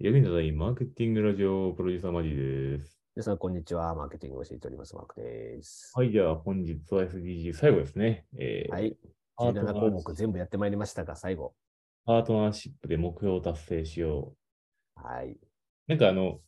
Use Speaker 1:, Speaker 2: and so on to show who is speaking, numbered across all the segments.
Speaker 1: 役に立たないマーケティングラジオプロデューサーマジです。
Speaker 2: 皆さん、こんにちは。マーケティングを教えております。マークです。
Speaker 1: はい、じゃあ本日は SDG 最後ですね。えー
Speaker 2: はい。
Speaker 1: パートナ
Speaker 2: 17
Speaker 1: ー
Speaker 2: 項目全部やってまいりましたが、最後。
Speaker 1: パートナーシップで目標を達成しよ
Speaker 2: はい。
Speaker 1: う。なんかあの、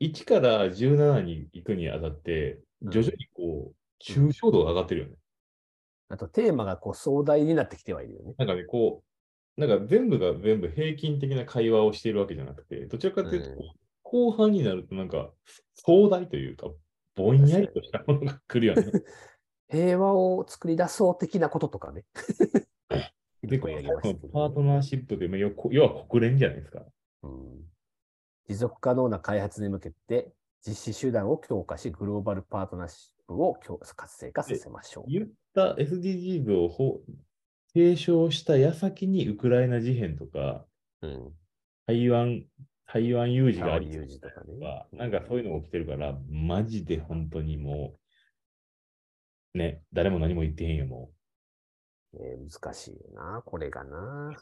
Speaker 1: 1から17に行くにあたって、
Speaker 2: うん
Speaker 1: 徐々にこう、抽象度が上がってるよね。
Speaker 2: あと、テーマがこう壮大になってきてはいるよね。
Speaker 1: なんかね、こう、なんか全部が全部平均的な会話をしているわけじゃなくて、どちらかというと、
Speaker 2: うん
Speaker 1: 後半になるとなんか壮大というか、ぼんやりとしたものが来るよね。
Speaker 2: 平和を作り出そう的なこと とかね。
Speaker 1: で、
Speaker 2: こ
Speaker 1: この
Speaker 2: れやり
Speaker 1: 最後
Speaker 2: ま
Speaker 1: の
Speaker 2: したけど
Speaker 1: パートナーシップで、まあよ要は国連じゃないですか。
Speaker 2: うん持続可能な開発に向けて、実施手段を強化し、グローバルパートナーシップを強活性化させましょう。
Speaker 1: 言った SDGs をほ提唱した矢先にウクライナ事変とか、
Speaker 2: うん。
Speaker 1: 台湾、台湾有事
Speaker 2: タ
Speaker 1: があ
Speaker 2: ワー
Speaker 1: り
Speaker 2: 有事とか
Speaker 1: と
Speaker 2: ね。
Speaker 1: か、なんかそういうのが起きてるから、マジで本当にもう、ね、誰も何も言ってへんよ、も
Speaker 2: えー難しいよな、これがな。
Speaker 1: う。あ
Speaker 2: や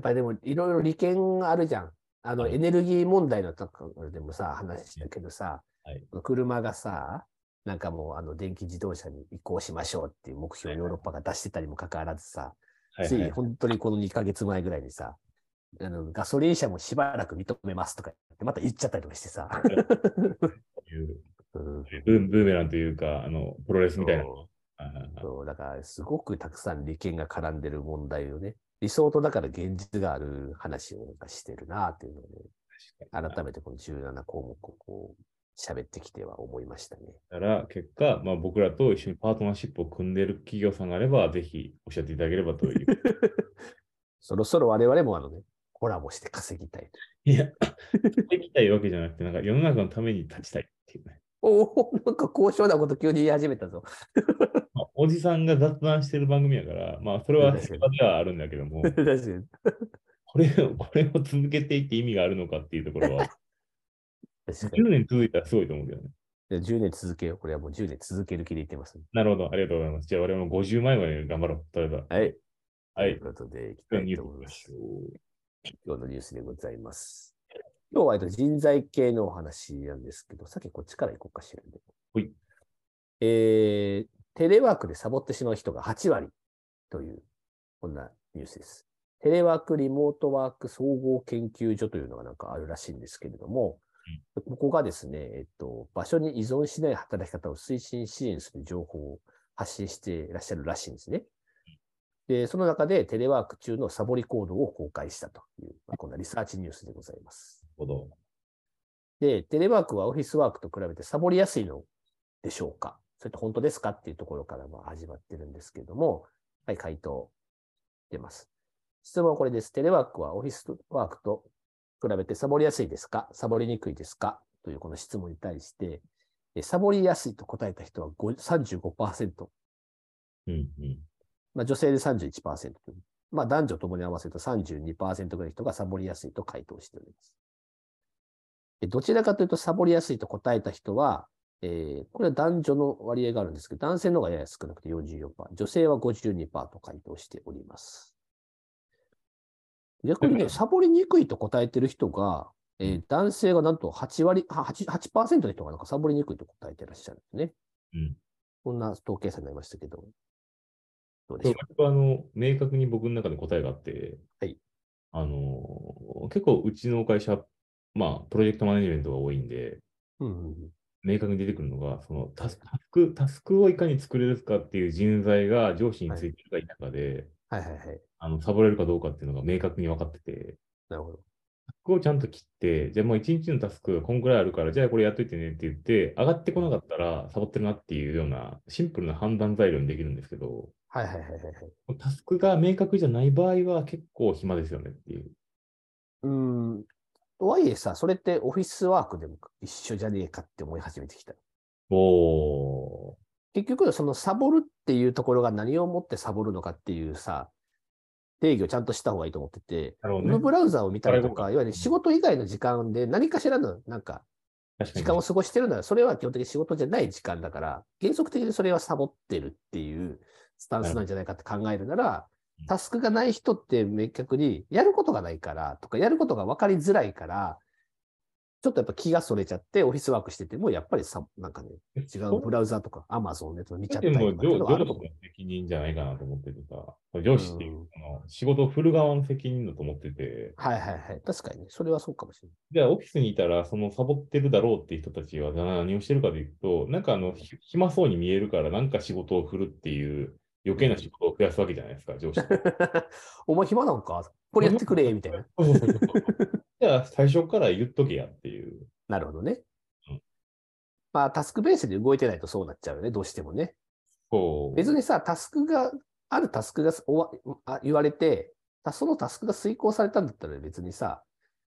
Speaker 2: っぱりでもいろいろ利権があるじゃん。あの
Speaker 1: はい
Speaker 2: エネルギー問題のところでもさ、話したけどさ、
Speaker 1: はい
Speaker 2: 車がさ、なんかもうあの電気自動車に移行しましょうっていう目標を
Speaker 1: はい
Speaker 2: ヨーロッパが出してたにもかかわらずさ、
Speaker 1: ーはい
Speaker 2: つ
Speaker 1: はいい。
Speaker 2: 本当にこの2ヶ月前ぐらいにさ、あのガソリン車もしばらく認めますとか言って、また言っちゃったりとかしてさ。うん
Speaker 1: ブーブーメランというか、あのプロレスみたいな。
Speaker 2: そう
Speaker 1: はいはいはい
Speaker 2: そうだからすごくたくさん利権が絡んでる問題をね、理想とだから現実がある話をなんかしてるなっていうのをね、改
Speaker 1: だ
Speaker 2: めてこの17項目をこう喋ってきては思いましたね。
Speaker 1: から、結果、まあ、僕らと一緒にパートナーシップを組んでる企業さんがあれば、ぜひおっしゃっていただければという。
Speaker 2: そろそろ我々もあのね、コラボして稼ぎた いと。
Speaker 1: いや、できたいわけじゃなくて、なんか世の中のために立ちたいっていうね。
Speaker 2: おお、なんか高尚なこと急に言い始めたぞ。
Speaker 1: まあ、おじさんが雑談してる番組やから、まあ、それは
Speaker 2: 確か
Speaker 1: そ
Speaker 2: に
Speaker 1: ではあるんだけど も、
Speaker 2: 確かに
Speaker 1: これを、これを続けていって意味があるのかっていうところは、
Speaker 2: 確かに
Speaker 1: 10年続いたらすごいと思うけどね。
Speaker 2: で10年続けよう。これはもう10年続ける気で言ってます、
Speaker 1: なるほど、ありがとうございます。じゃあ、我々も50前まで頑張ろう。それでは、
Speaker 2: はい。
Speaker 1: は
Speaker 2: と
Speaker 1: い
Speaker 2: い。うことで、いき
Speaker 1: で
Speaker 2: た
Speaker 1: はニ
Speaker 2: い
Speaker 1: ュ
Speaker 2: と
Speaker 1: ース
Speaker 2: 思
Speaker 1: いき
Speaker 2: いま
Speaker 1: ますし。ょう
Speaker 2: 今日のニュースでございます。今日はえっと人材系のお話なんですけど、さっきこっちから行こうかしらね。
Speaker 1: ほい
Speaker 2: えー、テレワークでサボってしまう人が8割という、こんなニュースです。テレワークリモートワーク総合研究所というのがなんかあるらしいんですけれども、ここがですね、えっと、場所に依存しない働き方を推進支援する情報を発信していらっしゃるらしいんですね。で、その中でテレワーク中のサボり行動を公開したという、まあこんなリサーチニュースでございます。
Speaker 1: なるほど。
Speaker 2: で、テレワークはオフィスワークと比べてサボりやすいのでしょうかそれって本当ですかっていうところからまあ始まってるんですけども、はい、回答出ます。質問はこれです。テレワークはオフィスワークと比べてサボりやすいですかサボりにくいですかというこの質問に対して、えサボりやすいと答えた人は5 35%、
Speaker 1: うんうん。
Speaker 2: まあ、女性で31%という。まあ、男女ともに合わせると32%ぐらいの人がサボりやすいと回答しております。でどちらかというと、サボりやすいと答えた人は、えーこれは男女の割合があるんですけど、男性の方がやや少なくて44%、女性は52%と回答しております。逆に
Speaker 1: うん
Speaker 2: ね、サボりにくいと答えてる人が、えー
Speaker 1: う
Speaker 2: 男性がなんと8割、は 8%, 8%の人がなんかサボりにくいと答えてらっしゃるんですね。
Speaker 1: うん
Speaker 2: こんな統計差になりましたけど、どうで
Speaker 1: そ
Speaker 2: し
Speaker 1: う
Speaker 2: ょう
Speaker 1: 僕はあの明確に僕の中で答えがあって、
Speaker 2: はい
Speaker 1: あの結構うちの会社、まあ、プロジェクトマネジメントが多いんで、
Speaker 2: うんうんうん
Speaker 1: 明確に出てくるのが、そのタスタスクタスクをいかに作れるかっていう人材が上司についてるか否かで、
Speaker 2: はいはいはい。
Speaker 1: あのサボれるかどうかっていうのが明確に分かってて、
Speaker 2: なるほど。
Speaker 1: タスクをちゃんと切って、じゃあもう一日のタスクがこんくらいあるから、じゃあこれやっといてねって言って、上がってこなかったらサボってるなっていうようなシンプルな判断材料にできるんですけど、
Speaker 2: はいはいはいはいはい。
Speaker 1: タスクが明確じゃない場合は結構暇ですよねっていう。
Speaker 2: うーん。とはいえさ、それってオフィスワークでも一緒じゃねえかって思い始めてきた。
Speaker 1: おー。
Speaker 2: 結局、そのサボるっていうところが何をもってサボるのかっていうさ、定義をちゃんとした方がいいと思ってて、
Speaker 1: なるほ
Speaker 2: ウェブブラウザを見たりと
Speaker 1: あ
Speaker 2: か、いわゆる仕事以外の時間で何かしらのなんか
Speaker 1: 確かに。
Speaker 2: 時間を過ごしてるなら、それは基本的に仕事じゃない時間だから、原則的にそれはサボってるっていうスタンスなんじゃないかって考えるなら、タスクがない人って明確にやることがないからとか、やることが分かりづらいから、ちょっとやっぱ気がそれちゃって、オフィスワークしてても、やっぱりさ、なんかね、違うブラウザとか、アマゾンで見ちゃった
Speaker 1: で
Speaker 2: りとかっ
Speaker 1: も
Speaker 2: ていう
Speaker 1: 上
Speaker 2: の
Speaker 1: 上司
Speaker 2: はある
Speaker 1: の
Speaker 2: と思
Speaker 1: 責任じゃないかなと思っててさ、上司っていう
Speaker 2: うん
Speaker 1: その仕事を振る側の責任だと思ってて、
Speaker 2: う。はいはいはい。確かにね、それはそうかもしれない。
Speaker 1: じゃあオフィスにいたら、そのサボってるだろうっていう人たちは何をしてるかでいうと、なんかあの、ひ暇そうに見えるから、なんか仕事を振るっていう余計な仕事を増やすわけじゃないですか、上司。
Speaker 2: お前暇なんかこれやってくれ、みたいな。
Speaker 1: そうそうそうそう じゃあ最初から言っとけやっていう。
Speaker 2: なるほどね
Speaker 1: うん。
Speaker 2: まあ、タスクベースで動いてないとそうなっちゃうよね、どうしてもね。
Speaker 1: そう。
Speaker 2: 別にさ、タスクが、あるタスクが終わあ言われて、たそのタスクが遂行されたんだったら別にさ、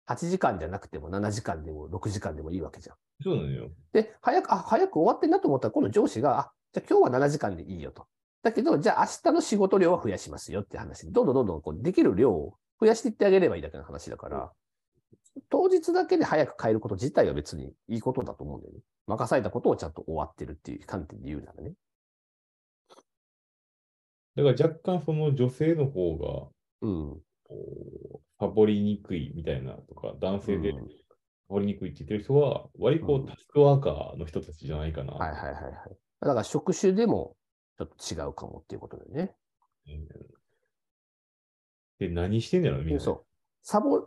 Speaker 2: 8時間じゃなくても7時間でも6時間でもいいわけじゃん。
Speaker 1: そうなのよ。
Speaker 2: で、早く、あ、早く終わってんなと思ったら、今度上司が、あ、じゃあ今日は7時間でいいよと。だけど、じゃあ明日の仕事量は増やしますよって話で、どんどんどんどんこうできる量を増やしていってあげればいいだけの話だから、当日だけで早く変えること自体は別にいいことだと思うんだよね。任されたことをちゃんと終わってるっていう観点で言うならね。
Speaker 1: だから若干その女性の方が、
Speaker 2: うん。
Speaker 1: こうサボりにくいみたいなとか、男性で
Speaker 2: う
Speaker 1: サ
Speaker 2: ん
Speaker 1: ボりにくいって言ってる人は、割とこ
Speaker 2: うん
Speaker 1: うタスクワーカーの人たちじゃないかな。
Speaker 2: はいはいはいはい。だから職種でもちょっと違うかもっていうことだよね。
Speaker 1: うんで、何してんだろうみんな。
Speaker 2: そう。サボ、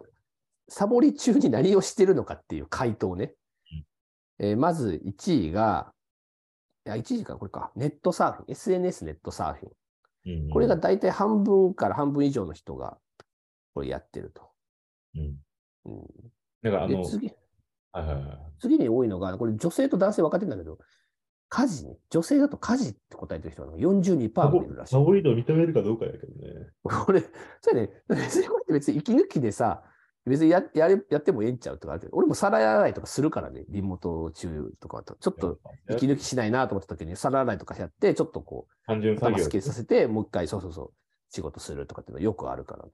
Speaker 2: サボり中に何をしてるのかっていう回答ね。えーまず1位が、いや、1位か、これか。ネットサーフィン。SNS ネットサーフィ
Speaker 1: う
Speaker 2: ン。
Speaker 1: んうん
Speaker 2: これが、大体半分から半分以上の人が、これやってると。
Speaker 1: うん
Speaker 2: うん
Speaker 1: だからあ
Speaker 2: で
Speaker 1: の、
Speaker 2: 次、
Speaker 1: はいはいはい。
Speaker 2: 次に多いのが、これ女性と男性分かってるんだけど、家事ね。女性だと家事って答えてる人が
Speaker 1: サ
Speaker 2: 42%
Speaker 1: ボ
Speaker 2: もいるらしい。
Speaker 1: サボり度を認めるかどうかやけどね。
Speaker 2: これ、そうやね、別にこれって別に息抜きでさ、別にややれやってもええんちゃうとかあるけど、俺も皿洗いとかするからね、リモート中とかだと、ちょっと
Speaker 1: やっぱ
Speaker 2: 息抜きしないなと思った時に皿洗いとかやって、ちょっとこ
Speaker 1: 単
Speaker 2: う、
Speaker 1: 純作
Speaker 2: 頭
Speaker 1: 業
Speaker 2: スッキリさせて、もう一回、そうそうそう、仕事するとかっていうのよくあるから、ね。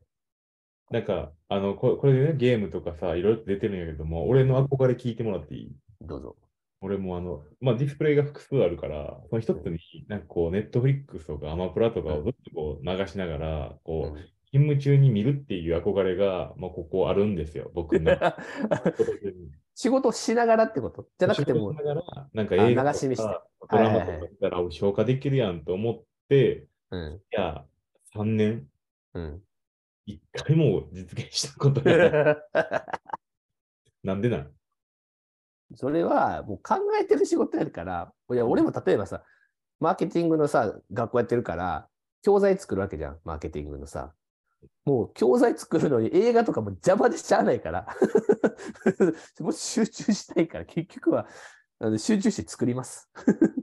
Speaker 1: なんか、あの、ここれでね、ゲームとかさ、いろいろ出てるんやけども、俺の憧れ聞いてもらっていい
Speaker 2: どうぞ。
Speaker 1: 俺もあの、まあ、ディスプレイが複数あるから、その一つに、なんかこう、ネットフリックスとかアマプラとかをずっとこう流しながら、こう、勤務中に見るっていう憧れが、まあ、ここあるんですよ、僕 の。
Speaker 2: 仕事しながらってことじゃなくて
Speaker 1: 仕
Speaker 2: も
Speaker 1: 事、しながら、なんか映画
Speaker 2: あ流し見
Speaker 1: と
Speaker 2: して
Speaker 1: かドラマと
Speaker 2: はいはい
Speaker 1: か
Speaker 2: は
Speaker 1: 見たら、俺消化できるやんと思って、
Speaker 2: うん、
Speaker 1: いや、3年、
Speaker 2: うん。
Speaker 1: 1回も実現したことが ないなんでなん
Speaker 2: それはもう考えてる仕事やるから、いや俺も例えばさ、マーケティングのさ、学校やってるから、教材作るわけじゃん、マーケティングのさ。もう教材作るのに映画とかも邪魔でしちゃあないから。 もう集中したいから、結局はあの集中して作ります。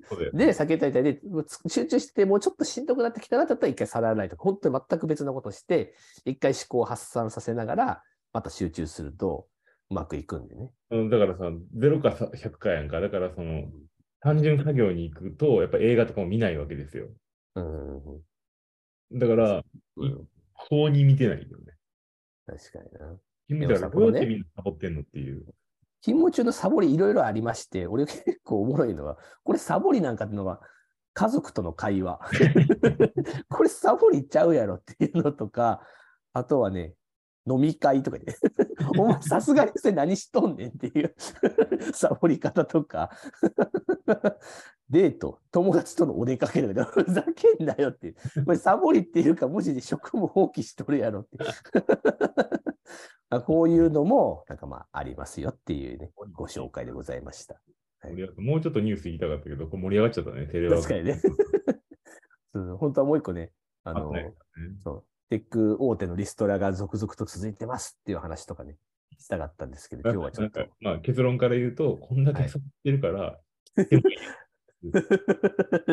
Speaker 1: そうだよ
Speaker 2: で、避けたいたいで、もうつ集中して、もうちょっとしんどくなってきたなだったら一回皿洗いとか、本当に全く別のことして、一回思考を発散させながら、また集中すると、うまくいくんでね。
Speaker 1: うんだからさ、0かさ100かやんか。だからその、単純作業に行くと、やっぱ映画とかも見ないわけですよ。
Speaker 2: うんうんうん
Speaker 1: だから、
Speaker 2: うん
Speaker 1: 法に見てないよね。
Speaker 2: 確かにな。
Speaker 1: 君たち
Speaker 2: でも
Speaker 1: が
Speaker 2: さ
Speaker 1: どうやっ
Speaker 2: このね
Speaker 1: てみんなサボってんのっていう。
Speaker 2: 勤務中のサボりいろいろありまして、俺結構おもろいのは、これサボりなんかってのは、家族との会話。これサボりちゃうやろっていうのとか、あとはね、飲み会とかで、お前さすがにそれ何しとんねんっていうサボり方とか、デート、友達とのお出かけとかで、ふざけんなよっていう、これサボりっていうか、もし職務放棄しとるやろっていうあこういうのも、なんかまあ、ありますよっていうね、ご紹介でございました。はい
Speaker 1: 盛り上がったもうちょっとニュース言いたかったけど、これ盛り上がっちゃったね、テレワーク。
Speaker 2: 確かにね。そう本当はもう一個ね、あの、
Speaker 1: あねね
Speaker 2: そう、テック大手のリストラが続々と続いてますっていう話とかね、したかったんですけど、
Speaker 1: なんか
Speaker 2: 今日はちょっと
Speaker 1: なんか。まあ、結論から言うと、こんだけサボってるから、でも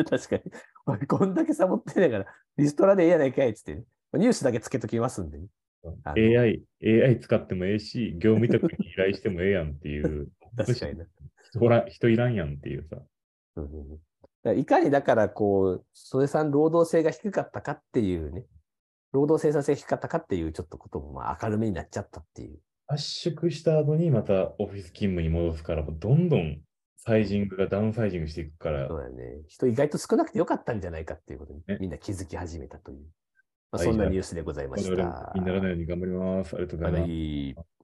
Speaker 2: 確かに。おいこんだけサボってないから、リストラでええやないかいっつってね、ニュースだけつけときますんでね、 あの
Speaker 1: AI、AI 使ってもええし、業務委託に依頼してもええやんっていう、
Speaker 2: 確かにな。
Speaker 1: 人ら人いらんやんっていうさ。
Speaker 2: うんうんうんだからいかにだからこう、曽根さん労働性が低かったかっていうね、労働生産性が低かったかっていうちょっとこともまあ明るめになっちゃったっていう。
Speaker 1: 圧縮した後にまたオフィス勤務に戻すから、もうどんどんサイジングがダウンサイジングしていくから
Speaker 2: そう、だよね。人意外と少なくてよかったんじゃないかっていうことに
Speaker 1: ね
Speaker 2: みんな気づき始めたという。まあ、
Speaker 1: はい
Speaker 2: そんなニュースでございま
Speaker 1: 我
Speaker 2: し
Speaker 1: 々も
Speaker 2: た
Speaker 1: 気に。ならないように頑張ります。ありがとうございます。
Speaker 2: はい